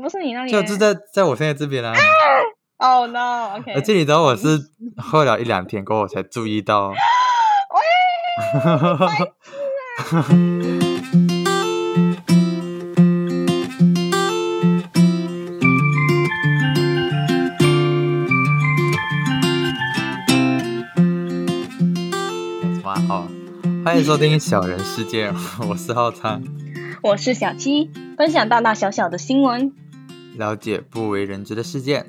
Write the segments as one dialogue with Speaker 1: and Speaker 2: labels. Speaker 1: 不是你那里
Speaker 2: 就
Speaker 1: 耶。
Speaker 2: 就在在我现在这呃边啊。
Speaker 1: Oh no！OK、
Speaker 2: 而且你知道我是喝了一两天过后才注意到。哇哦！欢迎收听《小人世界》， 我是浩昌，
Speaker 1: 我是小七，分享大大小小的新闻。
Speaker 2: 了解不为人知的事件。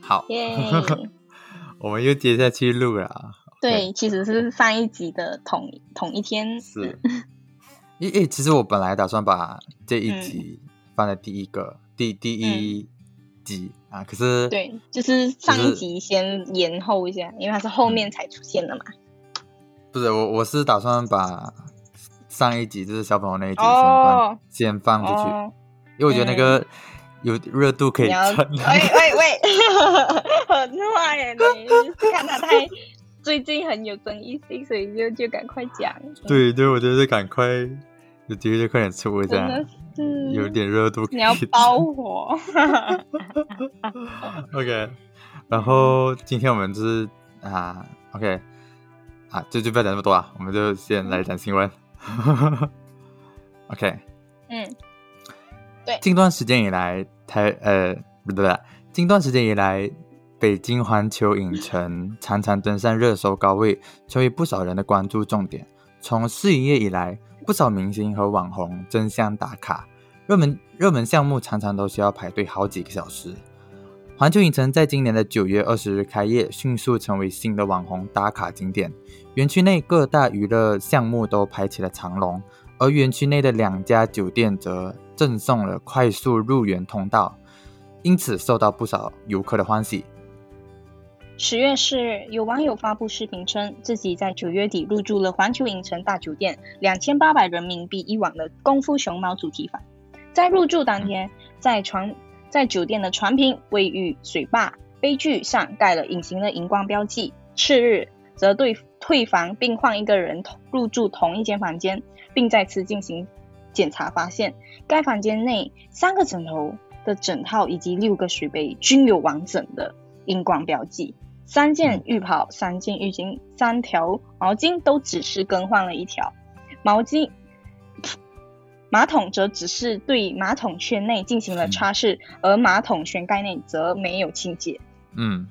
Speaker 2: 好，
Speaker 1: 耶、
Speaker 2: 我们又接下去录了啊。
Speaker 1: 对，其实是上一集的同同一天。
Speaker 2: 是，因为其实我本来打算把这一
Speaker 1: 嗯
Speaker 2: 集放在第一个、第第一集、啊，可是
Speaker 1: 嗯对，就是上
Speaker 2: 就
Speaker 1: 一
Speaker 2: 是嗯
Speaker 1: 集先延后一下，因为它是后面才出现的嘛。
Speaker 2: 不是我我是打算把上一集就是小粉红那一集先放、
Speaker 1: 哦
Speaker 2: 先放进去，
Speaker 1: 哦，嗯
Speaker 2: 因为我觉得那个有热度可以啊
Speaker 1: 你要
Speaker 2: 蹭。
Speaker 1: 喂喂喂， 很坏耶！你看他太最近很有争议性，所以就就赶快讲。，
Speaker 2: 对对，我觉得赶快有机会就快点出一
Speaker 1: 真
Speaker 2: 下，
Speaker 1: 的是
Speaker 2: 有点热度可
Speaker 1: 你
Speaker 2: 以
Speaker 1: 要
Speaker 2: 蹭。
Speaker 1: 包我。
Speaker 2: OK，然后今天我们就是啊，OK，啊，就就不要讲那么多啊，我们就先来讲新闻。OK，
Speaker 1: 嗯，
Speaker 2: 近段时间以来，台呃不对不对，近段时间以来，呃北京环球影城常常登上热搜高位，成为不少人的关注重点。从试营业以来，不少明星和网红争相打卡，热门热门项目常常都需要排队好几个小时。环球影城在今年的九月二十日开业，迅速成为新的网红打卡景点。园区内各大娱乐项目都排起了长龙，而园区内的两家酒店则赠送了快速入园通道，因此受到不少游客的欢喜。
Speaker 1: 十月四日，有网友发布视频称，自己在九月底入住了环球影城大酒店两千八百人民币一晚的功夫熊猫主题房。在入住当天，在船在酒店的船坪、卫浴、水坝、杯具上盖了隐形的荧光标记。次日，则对退房并换一个人同入住同一间房间，并再次进行检查，发现该房间内三个枕头的枕套以及六个水杯均有完整的荧光标记。三件浴袍、三件浴巾、三条毛巾都只是更换了一条，毛巾 马桶则只是对马桶圈内进行了擦拭，而马桶圈盖内则没有清洁。
Speaker 2: 嗯，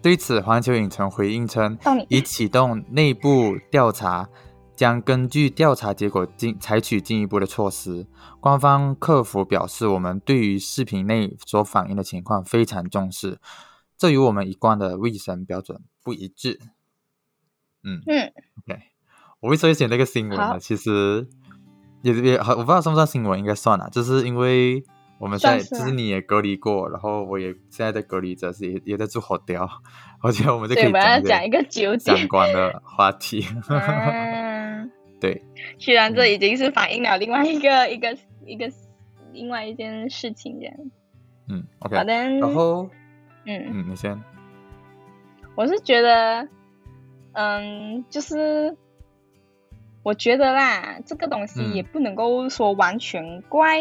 Speaker 2: 对此，环球影城回应称，
Speaker 1: 到你
Speaker 2: 已启动内部调查，将根据调查结果进采取进一步的措施。官方客服表示，我们对于视频内所反映的情况非常重视，这与我们一贯的卫生标准不一致。嗯
Speaker 1: 嗯
Speaker 2: ，OK，我为什么会写这个新闻
Speaker 1: 好
Speaker 2: 呢？其实也也我不知道算不算新闻，应该算了，就是因为。我们
Speaker 1: 算
Speaker 2: 在，
Speaker 1: 是
Speaker 2: 就
Speaker 1: 啊
Speaker 2: 是你也隔离过，然后我也现在在隔离着，是也也在住 hotel，我觉得我们就
Speaker 1: 对，
Speaker 2: 可以
Speaker 1: 我们要
Speaker 2: 这
Speaker 1: 讲一个九
Speaker 2: 相
Speaker 1: 点。
Speaker 2: 关的话题。
Speaker 1: 嗯，
Speaker 2: 对，
Speaker 1: 虽然这已经是反映了另外一个一个一个另外一件事情这样。
Speaker 2: 嗯，OK
Speaker 1: 好。的，
Speaker 2: 然后，
Speaker 1: 嗯。
Speaker 2: 嗯，你先，
Speaker 1: 我是觉得，嗯，就是我觉得啦，这个东西
Speaker 2: 嗯
Speaker 1: 也不能够说完全怪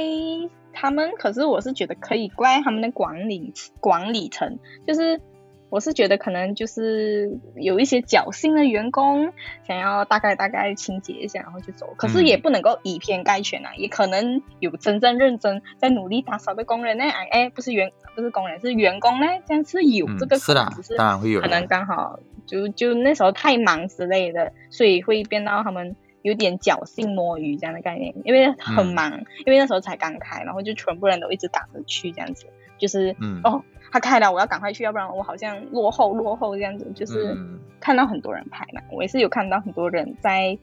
Speaker 1: 他们，可是我是觉得可以怪他们的管理管理层，就是我是觉得可能就是有一些侥幸的员工想要大概大概清洁一下，然后就走，可是
Speaker 2: 嗯
Speaker 1: 也不能够以偏概全啊，也可能有真正认真在努力打扫的工人呢，哎哎，不是员不是工人是员工呢，这样是有
Speaker 2: 嗯
Speaker 1: 这个，
Speaker 2: 是
Speaker 1: 可能
Speaker 2: 啦
Speaker 1: 只是，
Speaker 2: 当然会有
Speaker 1: 可
Speaker 2: 的，
Speaker 1: 能刚好就就那时候太忙之类的，所以会变到他们有点侥幸摸鱼这样的概念，因为很忙，
Speaker 2: 嗯
Speaker 1: 因为那时候才刚开，然后就全部人都一直赶着去这样子，就是、
Speaker 2: 嗯
Speaker 1: 哦，他开了，我要赶快去，要不然我好像落后落后这样子，就是
Speaker 2: 嗯
Speaker 1: 看到很多人拍嘛，我也是有看到很多人在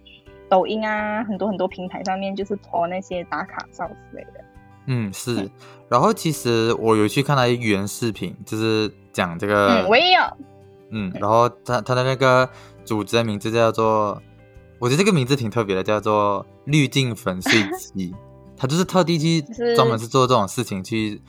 Speaker 1: 抖音啊，很多很多平台上面就是 po 那些打卡照之类的，
Speaker 2: 嗯是。然后其实我有去看到一原视频，就是讲这个
Speaker 1: 嗯，，我也有，
Speaker 2: 嗯，然后他他的那个组织的名字叫做，我觉得这个名字挺特别的，叫做滤镜粉碎 机。他就是特地去
Speaker 1: 就是
Speaker 2: 专门是做这种事情去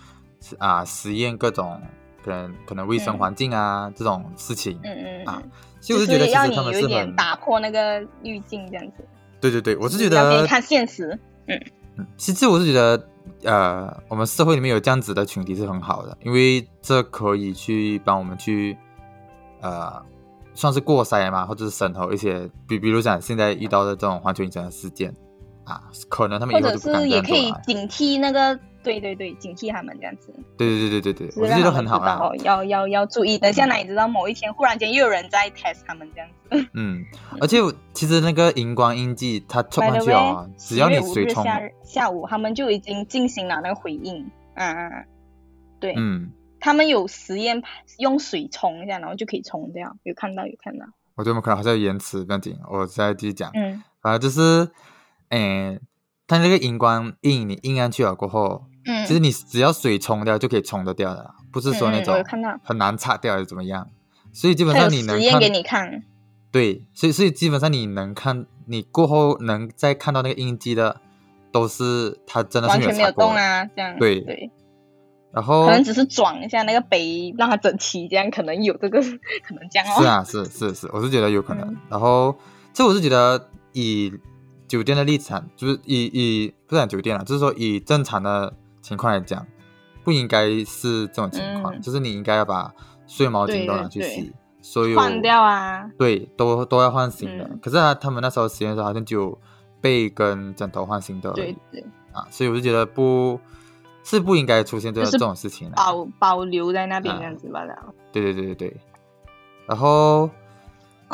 Speaker 2: 啊实验各种可能可能卫生
Speaker 1: 嗯
Speaker 2: 环境啊、这种事情。
Speaker 1: 嗯嗯嗯。
Speaker 2: 啊所以
Speaker 1: 就
Speaker 2: 我就觉得
Speaker 1: 是
Speaker 2: 其
Speaker 1: 要
Speaker 2: 实
Speaker 1: 你
Speaker 2: 他们
Speaker 1: 有
Speaker 2: 是
Speaker 1: 一点
Speaker 2: 很
Speaker 1: 打破那个滤镜这样子，
Speaker 2: 对对对，我是
Speaker 1: 就
Speaker 2: 觉
Speaker 1: 要给
Speaker 2: 得
Speaker 1: 你看现实，
Speaker 2: 嗯其实我是觉得呃，我们社会里面有这样子的群体是很好的，因为这可以去帮我们去呃，算是过筛嘛，或者是审核一些，比比如讲现在遇到的这种环球影城的事件啊，可能他们以
Speaker 1: 或
Speaker 2: 后
Speaker 1: 者
Speaker 2: 就不敢
Speaker 1: 是
Speaker 2: 这
Speaker 1: 也
Speaker 2: 样
Speaker 1: 可
Speaker 2: 做
Speaker 1: 以
Speaker 2: 了。
Speaker 1: 警惕那个，对对对，警惕他们这样子，
Speaker 2: 对对对对对
Speaker 1: 只
Speaker 2: 对，我
Speaker 1: 是让
Speaker 2: 觉得
Speaker 1: 他
Speaker 2: 很
Speaker 1: 们
Speaker 2: 好啊
Speaker 1: 知道
Speaker 2: 啦。
Speaker 1: 哦，要要要注意。等下哪里知道某一天忽然间又有人在 test 他们这样子。
Speaker 2: 嗯，而且我其实那个荧光印记它冲
Speaker 1: By
Speaker 2: 上
Speaker 1: the
Speaker 2: 去
Speaker 1: way，
Speaker 2: 啊，只要你
Speaker 1: 10
Speaker 2: 水
Speaker 1: 月
Speaker 2: 冲
Speaker 1: 5日，下日下午，他们就已经进行了那个回应啊，对、
Speaker 2: 嗯，
Speaker 1: 他们有实验用水冲一下，然后就可以冲掉，有看到有看到，
Speaker 2: 我觉得我们可能好像有延迟，不要紧，我再继续讲。
Speaker 1: 嗯，
Speaker 2: 反正就是，诶，它那个荧光印你印上去了过后，
Speaker 1: 嗯，
Speaker 2: 其实你只要水冲掉就可以冲得掉的啦，不是说
Speaker 1: 嗯
Speaker 2: 那
Speaker 1: 嗯
Speaker 2: 种
Speaker 1: 我有看到
Speaker 2: 很难擦掉还是怎么样。所以基本
Speaker 1: 他有
Speaker 2: 上你
Speaker 1: 实
Speaker 2: 能
Speaker 1: 验
Speaker 2: 看
Speaker 1: 给你看，
Speaker 2: 对，所以所以基本上你能看，你过后能再看到那个印记的，都是它真的是
Speaker 1: 完
Speaker 2: 没有
Speaker 1: 全没有
Speaker 2: 擦过
Speaker 1: 动
Speaker 2: 的。
Speaker 1: 啊，这样
Speaker 2: 对
Speaker 1: 对，
Speaker 2: 然后
Speaker 1: 可能只是转一下那个杯，让它整齐，这样可能有这个 可能这样哦，
Speaker 2: 是啊，是是是，我是觉得有可能。
Speaker 1: 嗯
Speaker 2: 然后，这我是觉得以酒店的立场，就是以以不是讲酒店啊了，就是说以正常的情况来讲，不应该是这种情况，
Speaker 1: 嗯
Speaker 2: 就是你应该要把碎毛巾
Speaker 1: 对
Speaker 2: 都
Speaker 1: 对
Speaker 2: 拿去
Speaker 1: 对
Speaker 2: 洗，所有
Speaker 1: 换掉啊，
Speaker 2: 对，都都要换新的。
Speaker 1: 嗯
Speaker 2: 可是啊，他们那时候实验的时候好像只有被跟枕头换新的而
Speaker 1: 对
Speaker 2: 已
Speaker 1: 对，
Speaker 2: 啊，所以我就觉得不是不应该出现这
Speaker 1: 就是
Speaker 2: 这种事情的。
Speaker 1: 保保留在那边
Speaker 2: 啊
Speaker 1: 这样子吧，然后
Speaker 2: 对对对对对，然后。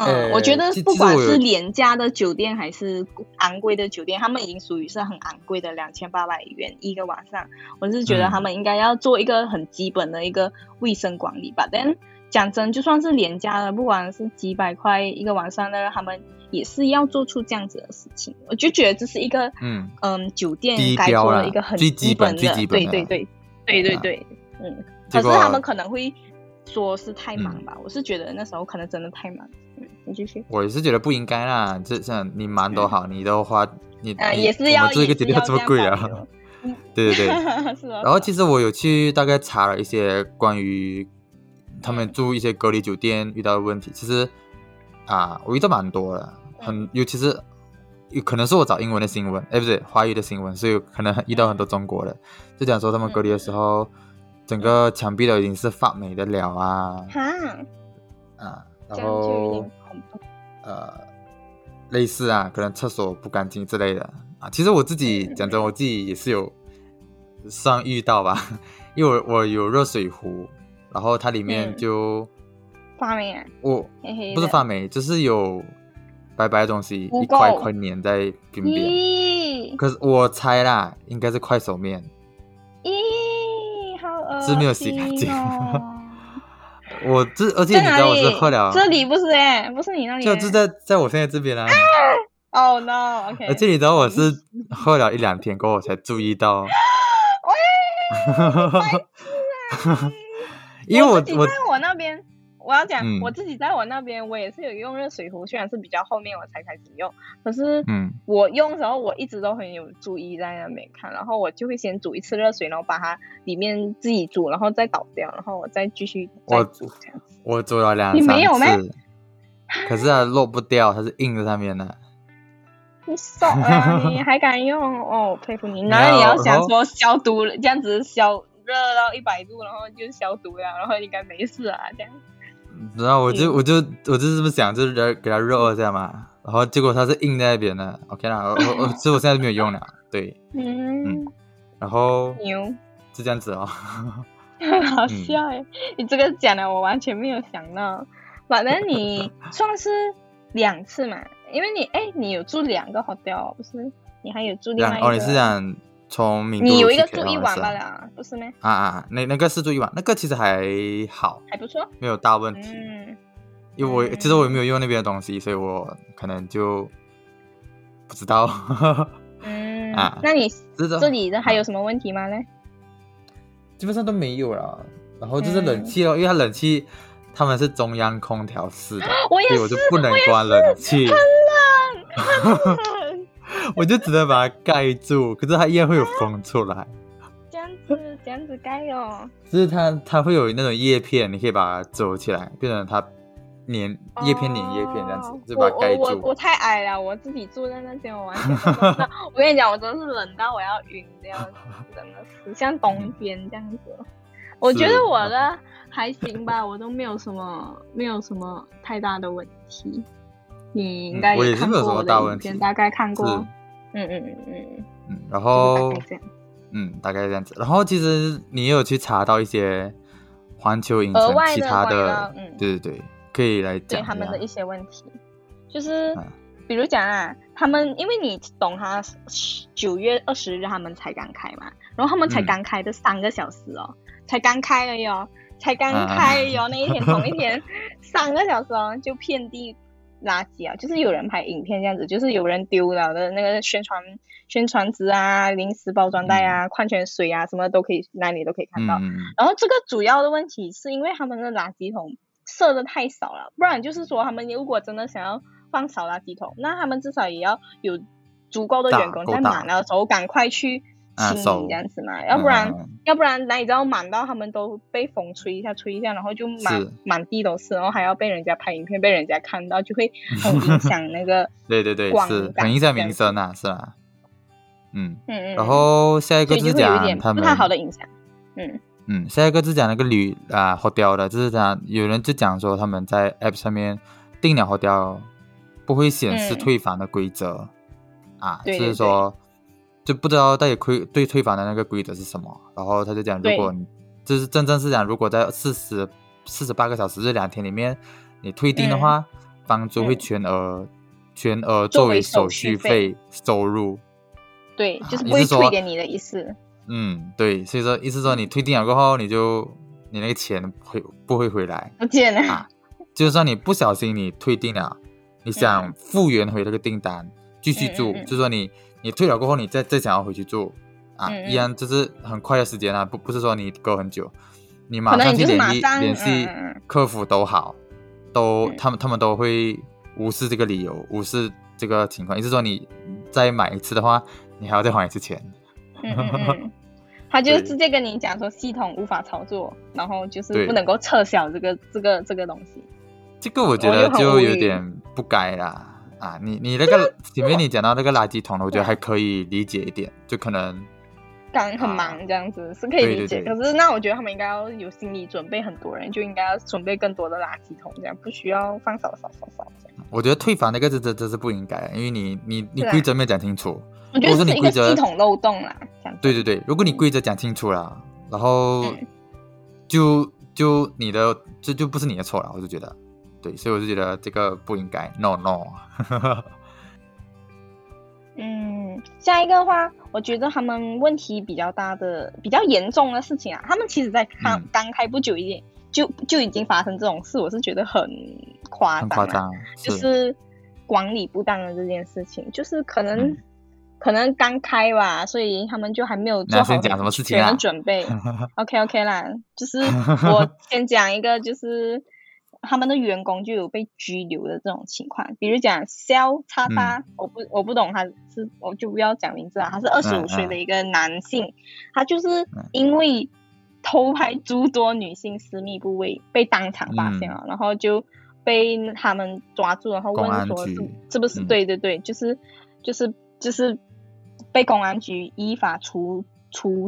Speaker 1: 嗯，我
Speaker 2: 呃
Speaker 1: 觉得
Speaker 2: 其
Speaker 1: 不
Speaker 2: 其实
Speaker 1: 管
Speaker 2: 我有
Speaker 1: 是廉价的酒店还是昂贵的酒店，他们已经属于是很昂贵的两千八百元一个晚上。我是觉得
Speaker 2: 嗯
Speaker 1: 他们应该要做一个很基本的一个卫生管理吧。但讲真，就算是廉价的，不管是几百块一个晚上的，他们也是要做出这样子的事情。我就觉得这是一个
Speaker 2: 嗯
Speaker 1: 嗯酒
Speaker 2: 低
Speaker 1: 店该
Speaker 2: 标
Speaker 1: 做
Speaker 2: 啦
Speaker 1: 的一个很
Speaker 2: 最基
Speaker 1: 基
Speaker 2: 本
Speaker 1: 本
Speaker 2: 最
Speaker 1: 的，
Speaker 2: 基本
Speaker 1: 对
Speaker 2: 的
Speaker 1: 对对对对
Speaker 2: 啊
Speaker 1: 对，嗯。
Speaker 2: 结
Speaker 1: 可是
Speaker 2: 果嗯
Speaker 1: 他们可能会说是太忙吧，我是觉得那时候可能真的太忙。嗯，你继续。
Speaker 2: 我也是觉得不应该啦，这这样你忙多好，你都花你
Speaker 1: 呃，
Speaker 2: 你
Speaker 1: 嗯也是
Speaker 2: 哎我
Speaker 1: 要
Speaker 2: 们做一个
Speaker 1: 也
Speaker 2: 节
Speaker 1: 是
Speaker 2: 目
Speaker 1: 要
Speaker 2: 这么贵啊
Speaker 1: 样，保
Speaker 2: 对对
Speaker 1: 留
Speaker 2: 对。
Speaker 1: 是 吧？
Speaker 2: 然后其
Speaker 1: 实
Speaker 2: 实我有去大概查了一些关于他们住一些隔离酒店遇到的问题，其实啊，我遇到蛮多的，
Speaker 1: 嗯
Speaker 2: 很尤其是有可能是我找英文的新闻，哎不对，华语的新闻，所以可能遇到很多中国的，就讲说他们隔离的时候，
Speaker 1: 嗯
Speaker 2: 整个墙壁都已经是发霉的了啊
Speaker 1: 哈，
Speaker 2: 啊，
Speaker 1: 嗯这样
Speaker 2: 然
Speaker 1: 就有
Speaker 2: 后
Speaker 1: 点恐怖。
Speaker 2: 呃，类似啊，可能厕所不干净之类的啊。其实我自己
Speaker 1: 嗯
Speaker 2: 讲真，我自己也是有算遇到吧， 因为我我有热水壶，然后它里面
Speaker 1: 嗯
Speaker 2: 就、
Speaker 1: 发霉啊，
Speaker 2: 我
Speaker 1: 黑黑的。
Speaker 2: 不是发霉，就是有白白的东西
Speaker 1: 污
Speaker 2: 一块一
Speaker 1: 垢
Speaker 2: 块粘在边边。
Speaker 1: 咦
Speaker 2: 可是我猜啦，应该是快手面，
Speaker 1: 咦，好恶
Speaker 2: 是
Speaker 1: 心哦！
Speaker 2: 没有洗干净我这而且你
Speaker 1: 在
Speaker 2: 知
Speaker 1: 哪
Speaker 2: 道我
Speaker 1: 里
Speaker 2: 是喝了，
Speaker 1: 这里不是哎，不是你那里
Speaker 2: 就
Speaker 1: 欸。
Speaker 2: 就在在我现在这边啊啦、
Speaker 1: Oh no！OK。
Speaker 2: 而且你知道我是喝了一两天过后我才注 意到， 因为我
Speaker 1: 自己
Speaker 2: 我
Speaker 1: 在我那边，我要讲、
Speaker 2: 嗯
Speaker 1: 我自己在我那边，我也是有用热水壶，虽然是比较后面我才开始用，可是
Speaker 2: 嗯
Speaker 1: 我用的时候我一直都很有注意在那边看，然后我就会先煮一次热水，然后把它里面自己煮，然后再倒掉，然后我再继续再
Speaker 2: 我
Speaker 1: 煮这样子。
Speaker 2: 我煮了两
Speaker 1: 你
Speaker 2: 三
Speaker 1: 没有
Speaker 2: 次， 可是它落不掉，它是印在上面的。
Speaker 1: 你傻啊！你还敢用哦，佩服你！然后你
Speaker 2: 没有
Speaker 1: 要
Speaker 2: 然
Speaker 1: 想
Speaker 2: 后
Speaker 1: 说消毒，这样子消热到一百度，然后就消毒了，然后应该没事啊，这样。
Speaker 2: 然后我就
Speaker 1: 嗯
Speaker 2: 我就我就是这么想，就是给它热一下嘛。然后结果它是印在那边的，OK 啦，我我我，所以我现在就没有用了。对，
Speaker 1: 嗯，
Speaker 2: 然后
Speaker 1: 牛。
Speaker 2: 就这样子哦。
Speaker 1: 好
Speaker 2: 嗯
Speaker 1: 笑哎、你这个讲的我完全没有想到。反正 你算是两次嘛，因为你哎、你有住两个 hotel 哦不是？你还有住另
Speaker 2: 然
Speaker 1: 外一个？
Speaker 2: 哦，你是讲从明
Speaker 1: 你有
Speaker 2: 都
Speaker 1: 一个
Speaker 2: 去 KL
Speaker 1: 住一
Speaker 2: 的
Speaker 1: 晚
Speaker 2: 是
Speaker 1: 吧
Speaker 2: 吧
Speaker 1: 啦，不是吗？
Speaker 2: 啊啊，啊那那个是住一晚，那个其实还好，
Speaker 1: 还不错。
Speaker 2: 没有大问题。
Speaker 1: 嗯，
Speaker 2: 因为我其实我也没有用那边的东西，所以我可能就不知道。
Speaker 1: 嗯，
Speaker 2: 啊
Speaker 1: 那你
Speaker 2: 这种
Speaker 1: 这里的还有
Speaker 2: 啊
Speaker 1: 什么问题吗嘞？
Speaker 2: 基本上都没有了。然后就是冷
Speaker 1: 嗯
Speaker 2: 气哦，因为它冷气他们是中央空调式的，
Speaker 1: 我也
Speaker 2: 所以我
Speaker 1: 是
Speaker 2: 就，不能关冷气，嗯我就只能把它盖住。可是它依然会有风出来，
Speaker 1: 这样子这样子盖哦。
Speaker 2: 就是它它会有那种叶片，你可以把它折起来，变成它粘叶片粘叶片这样子，
Speaker 1: 哦
Speaker 2: 就把它盖
Speaker 1: 我我我
Speaker 2: 住
Speaker 1: 我。太矮了，我自己住在那边，我完全不知道。 我跟你讲，我真的是冷到我要晕这样子，真的是像 冬天这样子。我觉得我的还行吧，我都没有什么没有什么太大的问题。你应该
Speaker 2: 嗯我也是
Speaker 1: 看
Speaker 2: 没有什
Speaker 1: 过
Speaker 2: 么
Speaker 1: 我
Speaker 2: 大
Speaker 1: 的
Speaker 2: 问
Speaker 1: 影片，
Speaker 2: 题
Speaker 1: 大概看
Speaker 2: 是
Speaker 1: 过，，嗯嗯嗯嗯，
Speaker 2: 嗯，然
Speaker 1: 就是
Speaker 2: 后
Speaker 1: 大概这样。
Speaker 2: 嗯，大概这样子。然后其实你也有去查到一些环球影
Speaker 1: 额
Speaker 2: 城
Speaker 1: 外
Speaker 2: 其
Speaker 1: 的
Speaker 2: 他
Speaker 1: 关于
Speaker 2: 的
Speaker 1: 到，嗯
Speaker 2: 对对对，可以来
Speaker 1: 对
Speaker 2: 讲
Speaker 1: 他
Speaker 2: 一
Speaker 1: 们
Speaker 2: 下
Speaker 1: 的一些问题，就是
Speaker 2: 嗯
Speaker 1: 比如讲啊，他们因为你懂哈，九月二十日他们才刚开嘛，然后他们才
Speaker 2: 嗯
Speaker 1: 刚开的三个小时哦，才刚开而已哦，才刚
Speaker 2: 啊
Speaker 1: 开而已哦，那一天同一 天三个小时哦，就遍地垃圾啊，就是有人拍影片这样子，就是有人丢了的那个宣传宣传纸啊、零食包装袋啊、矿泉水啊，什么都可以，哪里都可以看
Speaker 2: 嗯
Speaker 1: 到。
Speaker 2: 嗯嗯
Speaker 1: 然后这个主要的问题是因为他们的垃圾桶设的太少了，不然就是说他们如果真的想要放少垃圾桶，那他们至少也要有足够的
Speaker 2: 大
Speaker 1: 员工
Speaker 2: 够
Speaker 1: 在
Speaker 2: 大
Speaker 1: 满了的时候赶快去
Speaker 2: 啊
Speaker 1: 清理
Speaker 2: 收
Speaker 1: 这样子嘛，要不然、
Speaker 2: 嗯
Speaker 1: 要不然哪里知道满到他们都被风吹一下吹一下，然后就满
Speaker 2: 是
Speaker 1: 满地都是，然后还要被人家拍影片被人家看到，就 会很影响那个
Speaker 2: 对对对，
Speaker 1: 广
Speaker 2: 是
Speaker 1: 感
Speaker 2: 很影响
Speaker 1: 这样
Speaker 2: 民
Speaker 1: 子
Speaker 2: 生啊，是吧？嗯，
Speaker 1: 嗯嗯，
Speaker 2: 然后下一
Speaker 1: 所
Speaker 2: 个
Speaker 1: 以
Speaker 2: 是
Speaker 1: 就会有一
Speaker 2: 讲
Speaker 1: 点
Speaker 2: 他
Speaker 1: 不
Speaker 2: 们
Speaker 1: 太好的影响，嗯。
Speaker 2: 嗯，下一个是讲那个旅啊 hotel 的，就是讲有人就讲说他们在 app 上面订了 hotel 不会显示
Speaker 1: 嗯
Speaker 2: 退房的规则、啊，
Speaker 1: 对
Speaker 2: 就
Speaker 1: 对
Speaker 2: 是说就不知道到底规对退房的那个规则是什么。然后他就讲，如
Speaker 1: 对
Speaker 2: 果你就是真正是讲，如果在四十四十八个小时这两天里面你退订的
Speaker 1: 嗯
Speaker 2: 话，房租会
Speaker 1: 嗯
Speaker 2: 全额全额
Speaker 1: 作
Speaker 2: 作
Speaker 1: 为
Speaker 2: 为
Speaker 1: 手
Speaker 2: 手
Speaker 1: 续
Speaker 2: 续
Speaker 1: 费
Speaker 2: 费收入。
Speaker 1: 对，就是不
Speaker 2: 啊你
Speaker 1: 会
Speaker 2: 是说
Speaker 1: 退给你的意思。
Speaker 2: 嗯，对，所以说意思说你退订了过后，你就你那个钱会不会回来？
Speaker 1: 不见了，
Speaker 2: 啊就算你不小心你退订了，你想
Speaker 1: 嗯
Speaker 2: 复原回那个订单，继续住，
Speaker 1: 嗯嗯嗯
Speaker 2: 就说你你退了过后，你再再想要回去住啊，
Speaker 1: 嗯嗯
Speaker 2: 依然就是很快的时间啊，不不是说你隔很久，你马
Speaker 1: 可能
Speaker 2: 上
Speaker 1: 你
Speaker 2: 去
Speaker 1: 就是
Speaker 2: 联
Speaker 1: 马
Speaker 2: 系
Speaker 1: 上
Speaker 2: 联系
Speaker 1: 嗯嗯嗯
Speaker 2: 客服都好，都
Speaker 1: 嗯
Speaker 2: 他们他们都会无视这个理由，无视这个情况，意思说你再买一次的话，你还要再还一次钱。
Speaker 1: 嗯嗯 嗯，他就
Speaker 2: 对
Speaker 1: 直接跟你讲说系统无法操作，然后就是
Speaker 2: 对
Speaker 1: 不能够撤销这个这个这个东西。
Speaker 2: 这个我觉
Speaker 1: 我
Speaker 2: 得
Speaker 1: 就哦很无
Speaker 2: 就
Speaker 1: 语
Speaker 2: 有点不该啦啊！你你那个前面你讲到那个垃圾桶的，我觉得还可以理解一点，就可能
Speaker 1: 感很忙这样子、是可以理解，
Speaker 2: 啊对对对
Speaker 1: 可是那我觉得他们应该要有心理准备，很多人就应该要准备更多的垃圾桶，这样不需要放少少少少这样。
Speaker 2: 我觉得退房那个真真真是不应该，因为你你你
Speaker 1: 是啊
Speaker 2: 规则没有讲清楚。
Speaker 1: 我觉
Speaker 2: 如果
Speaker 1: 得
Speaker 2: 哦你
Speaker 1: 是一个
Speaker 2: 规则
Speaker 1: 系统漏洞啦，这样子。
Speaker 2: 对对对，如果你
Speaker 1: 嗯
Speaker 2: 规则讲清楚了，然后
Speaker 1: 嗯
Speaker 2: 就就你的这就不是你的错了，我就觉得，对，所以我就觉得这个不应该，no no，
Speaker 1: 啊嗯，下一个的话，我觉得他们问题比较大的、比较严重的事情啊，他们其实在刚、
Speaker 2: 嗯
Speaker 1: 刚开不久一点，就就已经发生这种事，我是觉得很夸
Speaker 2: 很
Speaker 1: 张、啊，
Speaker 2: 夸张，
Speaker 1: 就是是管理不当的这件事情，就是可能、
Speaker 2: 嗯
Speaker 1: 可能刚开吧，所以他们就还没有做
Speaker 2: 那
Speaker 1: 好
Speaker 2: 先讲什么事情
Speaker 1: 全
Speaker 2: 啊
Speaker 1: 的准 备。OK OK 啦，就是我先讲一个，就是他们的员工就有被拘留的这种情况，比如讲肖叉
Speaker 2: 嗯
Speaker 1: 叉，我不我不懂他是，我就不要讲名字啊，他是二十五
Speaker 2: 嗯
Speaker 1: 岁
Speaker 2: 嗯
Speaker 1: 的一个男性，他就是因为偷拍诸多女性私密部位被当场发现
Speaker 2: 嗯
Speaker 1: 了，然后就被他们抓住，然后
Speaker 2: 公
Speaker 1: 问
Speaker 2: 安
Speaker 1: 说
Speaker 2: 局
Speaker 1: 是是不是、
Speaker 2: 嗯
Speaker 1: 对对对，就是就是就是被公安局依法处处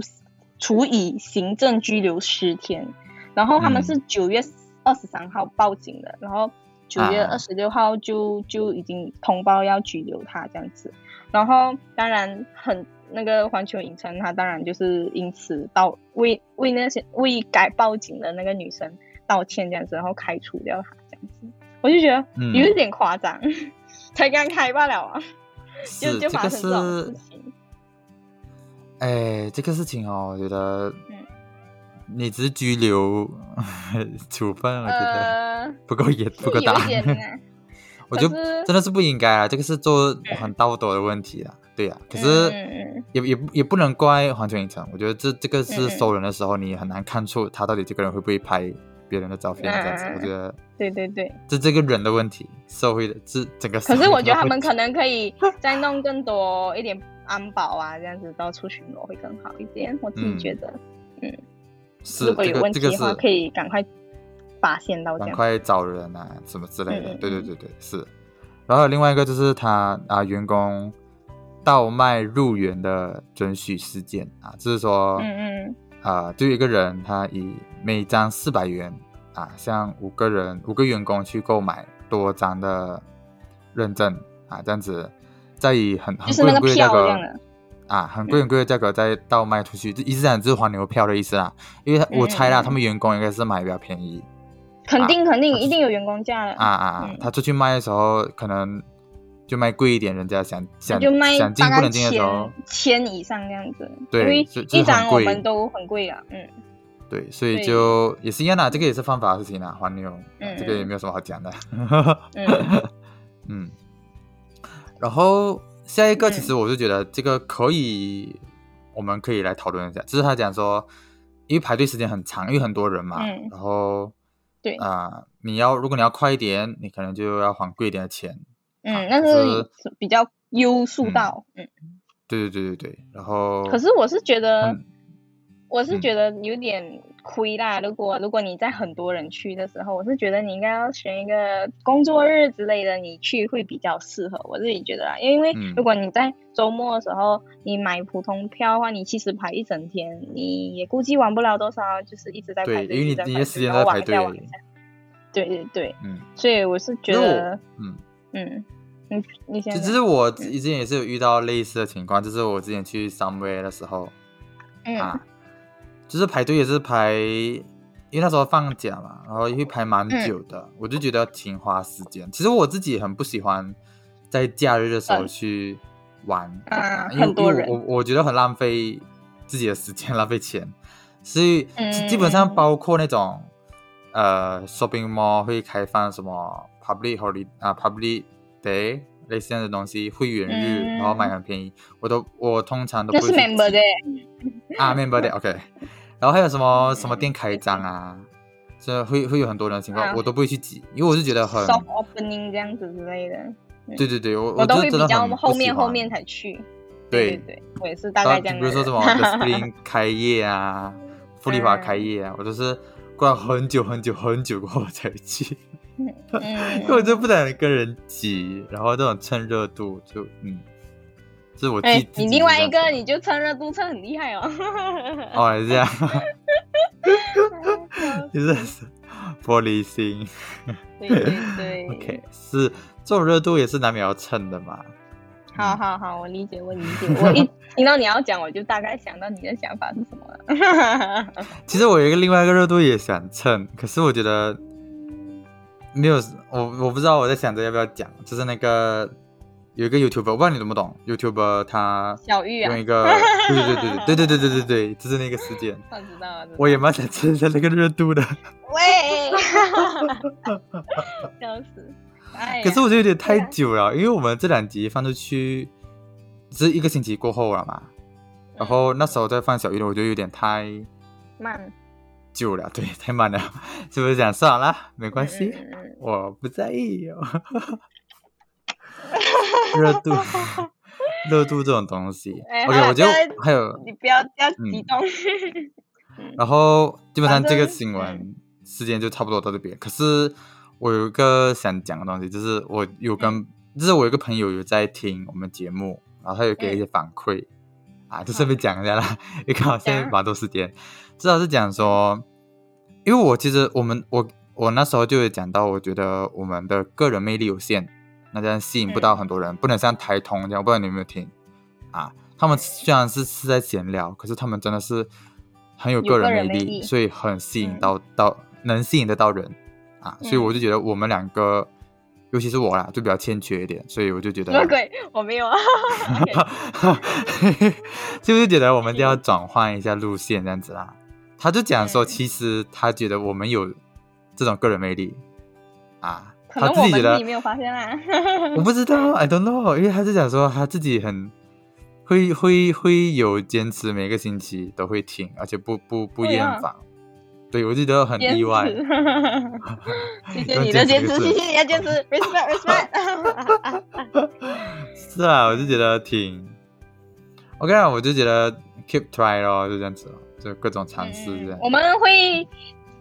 Speaker 1: 处以行政拘留十天，然后他们
Speaker 2: 嗯
Speaker 1: 是九月二十三号报警的，然后九月
Speaker 2: 啊
Speaker 1: 二十六号就、就已经通报要拘留他这样子，然后当然很那个环球影城，他当然就是因此道为为那些为该报警的那个女生道歉这样子，然后开除掉她这样子，我就觉得
Speaker 2: 嗯
Speaker 1: 有一点夸张， 才刚开罢了啊，就是就
Speaker 2: 这
Speaker 1: 发
Speaker 2: 个
Speaker 1: 生这种事
Speaker 2: 是
Speaker 1: 情，
Speaker 2: 哎，这个事情哦，我觉得
Speaker 1: 嗯，
Speaker 2: 你只是拘留 处分，我觉得
Speaker 1: 呃，
Speaker 2: 不够严，
Speaker 1: 是
Speaker 2: 不够
Speaker 1: 有一
Speaker 2: 大。
Speaker 1: 点呢，
Speaker 2: 我觉
Speaker 1: 可
Speaker 2: 得
Speaker 1: 是
Speaker 2: 真的是不应该啊，这个是做很道德的问题啊，对呀、可是
Speaker 1: 嗯嗯嗯
Speaker 2: 也也不也不能怪环球影城，我觉得这这个
Speaker 1: 嗯
Speaker 2: 是
Speaker 1: 嗯
Speaker 2: 收人的时候，你很难看出他到底这个人会不会拍别人的照片这样
Speaker 1: 嗯
Speaker 2: 子
Speaker 1: 嗯。嗯
Speaker 2: 我觉得
Speaker 1: 对对对。
Speaker 2: 这这个人的问题，社会的这整个社
Speaker 1: 可
Speaker 2: 会的
Speaker 1: 是我觉得他
Speaker 2: 问
Speaker 1: 们
Speaker 2: 题
Speaker 1: 可能可以再弄更多一点安保啊，这样子到处巡逻会更好一点。我自己觉得，
Speaker 2: 嗯是
Speaker 1: 如果
Speaker 2: 这
Speaker 1: 有
Speaker 2: 个
Speaker 1: 问
Speaker 2: 这
Speaker 1: 题
Speaker 2: 个
Speaker 1: 的话，
Speaker 2: 是
Speaker 1: 可以赶快发现到这
Speaker 2: 赶
Speaker 1: 样。
Speaker 2: 快找人啊，什么之类的。
Speaker 1: 嗯嗯
Speaker 2: 对对
Speaker 1: 嗯
Speaker 2: 对对，是。然后另外一个就是他啊，员工倒卖入园的准许事件啊，就是说，
Speaker 1: 嗯嗯
Speaker 2: 啊，就有一个人他以每张四百元啊，向五个人五个员工去购买多张的认证啊，这样子，再以很很
Speaker 1: 就是
Speaker 2: 贵
Speaker 1: 那
Speaker 2: 很
Speaker 1: 个
Speaker 2: 贵的价
Speaker 1: 票
Speaker 2: 格
Speaker 1: 一样的嗯
Speaker 2: 啊，很贵很贵的价格再倒卖出去，这意思讲就是黄牛票的意思啦。因为他我猜
Speaker 1: 嗯
Speaker 2: 啦，
Speaker 1: 嗯嗯
Speaker 2: 他们员工应该是买比较便宜
Speaker 1: 肯定肯定
Speaker 2: 啊
Speaker 1: 一定有员工价的
Speaker 2: 啊啊啊
Speaker 1: 嗯，
Speaker 2: 他出去卖的时候可能就卖贵一点，人家想想
Speaker 1: 就卖
Speaker 2: 想进
Speaker 1: 大
Speaker 2: 不
Speaker 1: 概
Speaker 2: 能进的时候
Speaker 1: 千，千以上这样子，
Speaker 2: 对
Speaker 1: 因为
Speaker 2: 就就是
Speaker 1: 一张
Speaker 2: 很
Speaker 1: 我
Speaker 2: 贵
Speaker 1: 们都很贵啊，嗯，
Speaker 2: 对，所以
Speaker 1: 对
Speaker 2: 就也是一样啦，这个也是犯法的事情啦，黄牛，
Speaker 1: 嗯
Speaker 2: 这个也没有什么好讲的。
Speaker 1: 嗯
Speaker 2: 嗯，然后下一个，
Speaker 1: 嗯
Speaker 2: 其实我就觉得这个可以，我们可以来讨论一下，就是他讲说，因为排队时间很长，因为很多人嘛，
Speaker 1: 嗯
Speaker 2: 然后
Speaker 1: 对
Speaker 2: 啊、你要如果你要快一点，你可能就要还贵一点的钱。
Speaker 1: 嗯，
Speaker 2: 啊
Speaker 1: 那
Speaker 2: 可
Speaker 1: 是比较优速到，嗯，
Speaker 2: 对对对对对，然后
Speaker 1: 可是我是觉得
Speaker 2: 哦嗯，
Speaker 1: 我是
Speaker 2: 嗯
Speaker 1: 觉得有点亏啦。如果如果你在很多人去的时候，我是觉得你应该要选一个工作日之类的，你去会比较适合。我自己觉得啦，因为
Speaker 2: 嗯
Speaker 1: 如果你在周末的时候，你买普通票的话，你其实排一整天，你也估计玩不了多少，就是一直在
Speaker 2: 对
Speaker 1: 排队，
Speaker 2: 因为
Speaker 1: 一
Speaker 2: 你
Speaker 1: 直在
Speaker 2: 你
Speaker 1: 排
Speaker 2: 的
Speaker 1: 队
Speaker 2: 时间
Speaker 1: 然后
Speaker 2: 都
Speaker 1: 玩
Speaker 2: 在排
Speaker 1: 一下
Speaker 2: 队
Speaker 1: 玩一下对对对，
Speaker 2: 嗯
Speaker 1: 所以我是觉
Speaker 2: 那我
Speaker 1: 得，
Speaker 2: 嗯，
Speaker 1: 嗯嗯，你先
Speaker 2: 就
Speaker 1: 讲，
Speaker 2: 其实我之前也是有遇到类似的情况，就是我之前去 somewhere 的时候，
Speaker 1: 嗯
Speaker 2: 啊，就是排队也是排，因为那时候放假嘛，然后也会排蛮
Speaker 1: 嗯
Speaker 2: 久的，我就觉得挺花时间。其实我自己很不喜欢在假日的时候
Speaker 1: 嗯
Speaker 2: 去玩，
Speaker 1: 啊
Speaker 2: 因为
Speaker 1: 很多
Speaker 2: 因为
Speaker 1: 人
Speaker 2: 我我我觉得很浪费自己的时间，浪费钱，所以
Speaker 1: 嗯
Speaker 2: 基本上包括那种、呃 shopping mall 会开放什么 public holiday 啊 public day 类似这样的东西，会员日，
Speaker 1: 嗯
Speaker 2: 然后买很便宜，我都我通常都不
Speaker 1: 那
Speaker 2: 会
Speaker 1: 是
Speaker 2: 去
Speaker 1: member
Speaker 2: 挤
Speaker 1: 的。
Speaker 2: 啊 ，member day OK，然后还有什么什么店开张啊，这会会有很多人的情况，
Speaker 1: 嗯啊
Speaker 2: 我都不会去挤，因为我是觉得很，
Speaker 1: soft opening 这样子之类的，
Speaker 2: 对对对，我
Speaker 1: 我都会
Speaker 2: 就真
Speaker 1: 比
Speaker 2: 的
Speaker 1: 较
Speaker 2: 很不
Speaker 1: 后面
Speaker 2: 喜欢
Speaker 1: 后面才去。对
Speaker 2: 对
Speaker 1: 对，我也是大
Speaker 2: 然
Speaker 1: 概
Speaker 2: 后
Speaker 1: 这样的人。
Speaker 2: 比
Speaker 1: 嗯
Speaker 2: 如说什 么 The Spring 开业啊，富丽华开业啊，我都是过了很久很久很久过后才去，
Speaker 1: 嗯
Speaker 2: 因为我就不想跟人挤，然后这种趁热度就嗯，这是我自己
Speaker 1: 哎，
Speaker 2: 自己
Speaker 1: 你
Speaker 2: 是
Speaker 1: 另外一
Speaker 2: 这样
Speaker 1: 个
Speaker 2: 子
Speaker 1: 你就蹭热度蹭很厉害哦。
Speaker 2: 哦是这样，就是 玻璃心。
Speaker 1: 对对对
Speaker 2: OK，是这种热度也是难免要蹭的嘛。
Speaker 1: 好好好，我理解我理 解，我一听到你要讲，我就大概想到你的想法是什么了。
Speaker 2: 其实我有一个另外一个热度也想蹭，可是我觉得没有，我我不知道我在想着要不要讲，就是那个有一个 YouTuber，我不知道你懂不懂，YouTuber 他
Speaker 1: 小玉啊
Speaker 2: 用，一个、对对对对对对对对对，就是那个事件，
Speaker 1: 我知道了，知道
Speaker 2: 我也蛮想蹭一下那个热度的，
Speaker 1: 喂， 笑死。哎呀
Speaker 2: 可是我觉得有点太
Speaker 1: 对啊
Speaker 2: 久了，因为我们这两集放出去是一个星期过后了嘛，然后那时候再放小玉的，我觉得有点太。
Speaker 1: 慢，
Speaker 2: 久了，对，太慢了，是不是讲算了啦？没关系，
Speaker 1: 嗯嗯嗯
Speaker 2: 我不在意哦。 热度， 热度这种东西
Speaker 1: 哎好
Speaker 2: ，OK，
Speaker 1: 了
Speaker 2: 我觉得
Speaker 1: 不要
Speaker 2: 还有，
Speaker 1: 你不要不要
Speaker 2: 嗯
Speaker 1: 激动。
Speaker 2: 然后基本上这个
Speaker 1: 反正
Speaker 2: 新闻
Speaker 1: 嗯
Speaker 2: 事件就差不多到这边。可是我有一个想讲的东西，就是我有跟，就是我有一个朋友有在听我们节目，然后他有给一些反馈、啊，就顺便讲一下啦，因为刚好现在蛮多时间，至少是讲说，因为我其实我们我我那时候就有讲到，我觉得我们的个人魅力有限，那这样吸引不到很多人，不能像台通这样，我不知道你有没有听啊？他们虽然是是在闲聊，可是他们真的是很有
Speaker 1: 有
Speaker 2: 个人
Speaker 1: 个
Speaker 2: 魅
Speaker 1: 人
Speaker 2: 力，
Speaker 1: 魅力
Speaker 2: 所以很吸引
Speaker 1: 嗯
Speaker 2: 到、到能吸引得到人啊，所以
Speaker 1: 嗯
Speaker 2: 我就觉得我们两个，尤其是我啦，就比较欠缺一点，所以我就觉得
Speaker 1: 什么 鬼？我没有啊。OK，
Speaker 2: 是不是觉得我们就要转换一下路线这样子啦？他就讲说，
Speaker 1: 嗯
Speaker 2: 其实他觉得我们有这种个人魅力啊，
Speaker 1: 可
Speaker 2: 他
Speaker 1: 能
Speaker 2: 自
Speaker 1: 我
Speaker 2: 己觉
Speaker 1: 们
Speaker 2: 得
Speaker 1: 自己没有发现啊 啦。
Speaker 2: 我不知道，I don't know，因为他是讲说他自己很会会会有坚持，每个星期都会听，而且不不不
Speaker 1: 对
Speaker 2: 厌
Speaker 1: 啊
Speaker 2: 烦。对，我就觉得很
Speaker 1: 坚
Speaker 2: 意外。
Speaker 1: 持 谢谢你的坚持，谢谢你的 坚持，respect respect。
Speaker 2: 是啊，我就觉得挺 OK
Speaker 1: 嗯
Speaker 2: 啊，我就觉得 keep try 咯，就这样子咯，就各种尝试这样。
Speaker 1: 我们会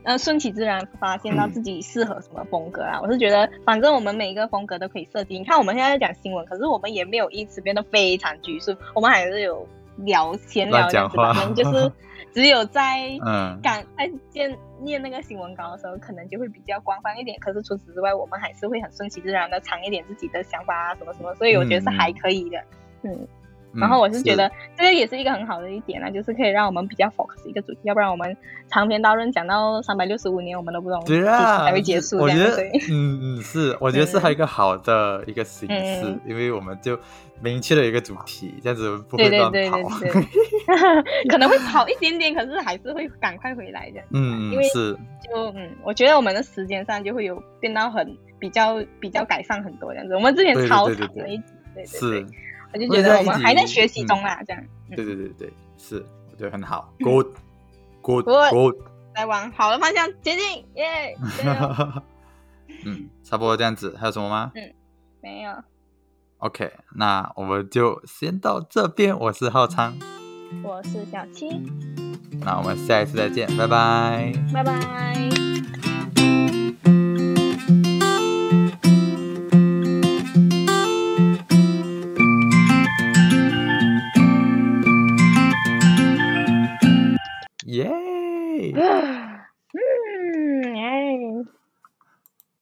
Speaker 1: 呃，顺其自然发现到自己适合什么风格啊。我是觉得，反正我们每一个风格都可以设计。你看我们现在在讲新闻，可是我们也没有因此变得非常拘束，我们还是有聊闲聊
Speaker 2: 乱
Speaker 1: 这样
Speaker 2: 讲
Speaker 1: 子吧。
Speaker 2: 话
Speaker 1: 可能就是只有在
Speaker 2: 嗯，
Speaker 1: 感在见念那个新闻稿的时候，可能就会比较官方一点。可是除此之外，我们还是会很顺其自然的藏一点自己的想法啊，什么什么。所以我觉得是
Speaker 2: 嗯
Speaker 1: 还可以的。嗯
Speaker 2: 嗯
Speaker 1: 然后我是觉得这个也是一个很好的一点啊，就是可以让我们比较 focus 一个主题，要不然我们长篇大论讲到三百六十五年，我们都不懂
Speaker 2: 对啊，
Speaker 1: 才会结束
Speaker 2: 我
Speaker 1: 这
Speaker 2: 觉
Speaker 1: 样。
Speaker 2: 得
Speaker 1: 所以，
Speaker 2: 嗯嗯是，我觉得是还有一个好的一个形式，
Speaker 1: 嗯
Speaker 2: 因为我们就明确的一个主题，这样子不
Speaker 1: 对
Speaker 2: 会
Speaker 1: 对
Speaker 2: 乱跑。
Speaker 1: 对对 对， 可能会跑一点点，可是还是会赶快回来的。因
Speaker 2: 嗯嗯
Speaker 1: 为
Speaker 2: 是，
Speaker 1: 就嗯，我觉得我们的时间上就会有变到很比较比较改善很多这样子。我们之前
Speaker 2: 对对
Speaker 1: 超
Speaker 2: 对对
Speaker 1: 长的
Speaker 2: 对
Speaker 1: 一集，对对
Speaker 2: 是
Speaker 1: 对，，我就
Speaker 2: 我
Speaker 1: 觉
Speaker 2: 也
Speaker 1: 得
Speaker 2: 在
Speaker 1: 我们
Speaker 2: 一集
Speaker 1: 还在学习
Speaker 2: 嗯
Speaker 1: 中啦，这样。嗯
Speaker 2: 对对对对是，我觉得很好，good good
Speaker 1: Good
Speaker 2: good，
Speaker 1: 来往好的方向前进， 耶！加油
Speaker 2: 嗯，差不多这样子，还有什么吗
Speaker 1: 嗯没有，
Speaker 2: ？OK，那我们就先到这边，我是浩昌，
Speaker 1: 我是小七，
Speaker 2: 那我们下一次再见，拜拜。
Speaker 1: 拜拜。
Speaker 2: 耶、嗯
Speaker 1: 唉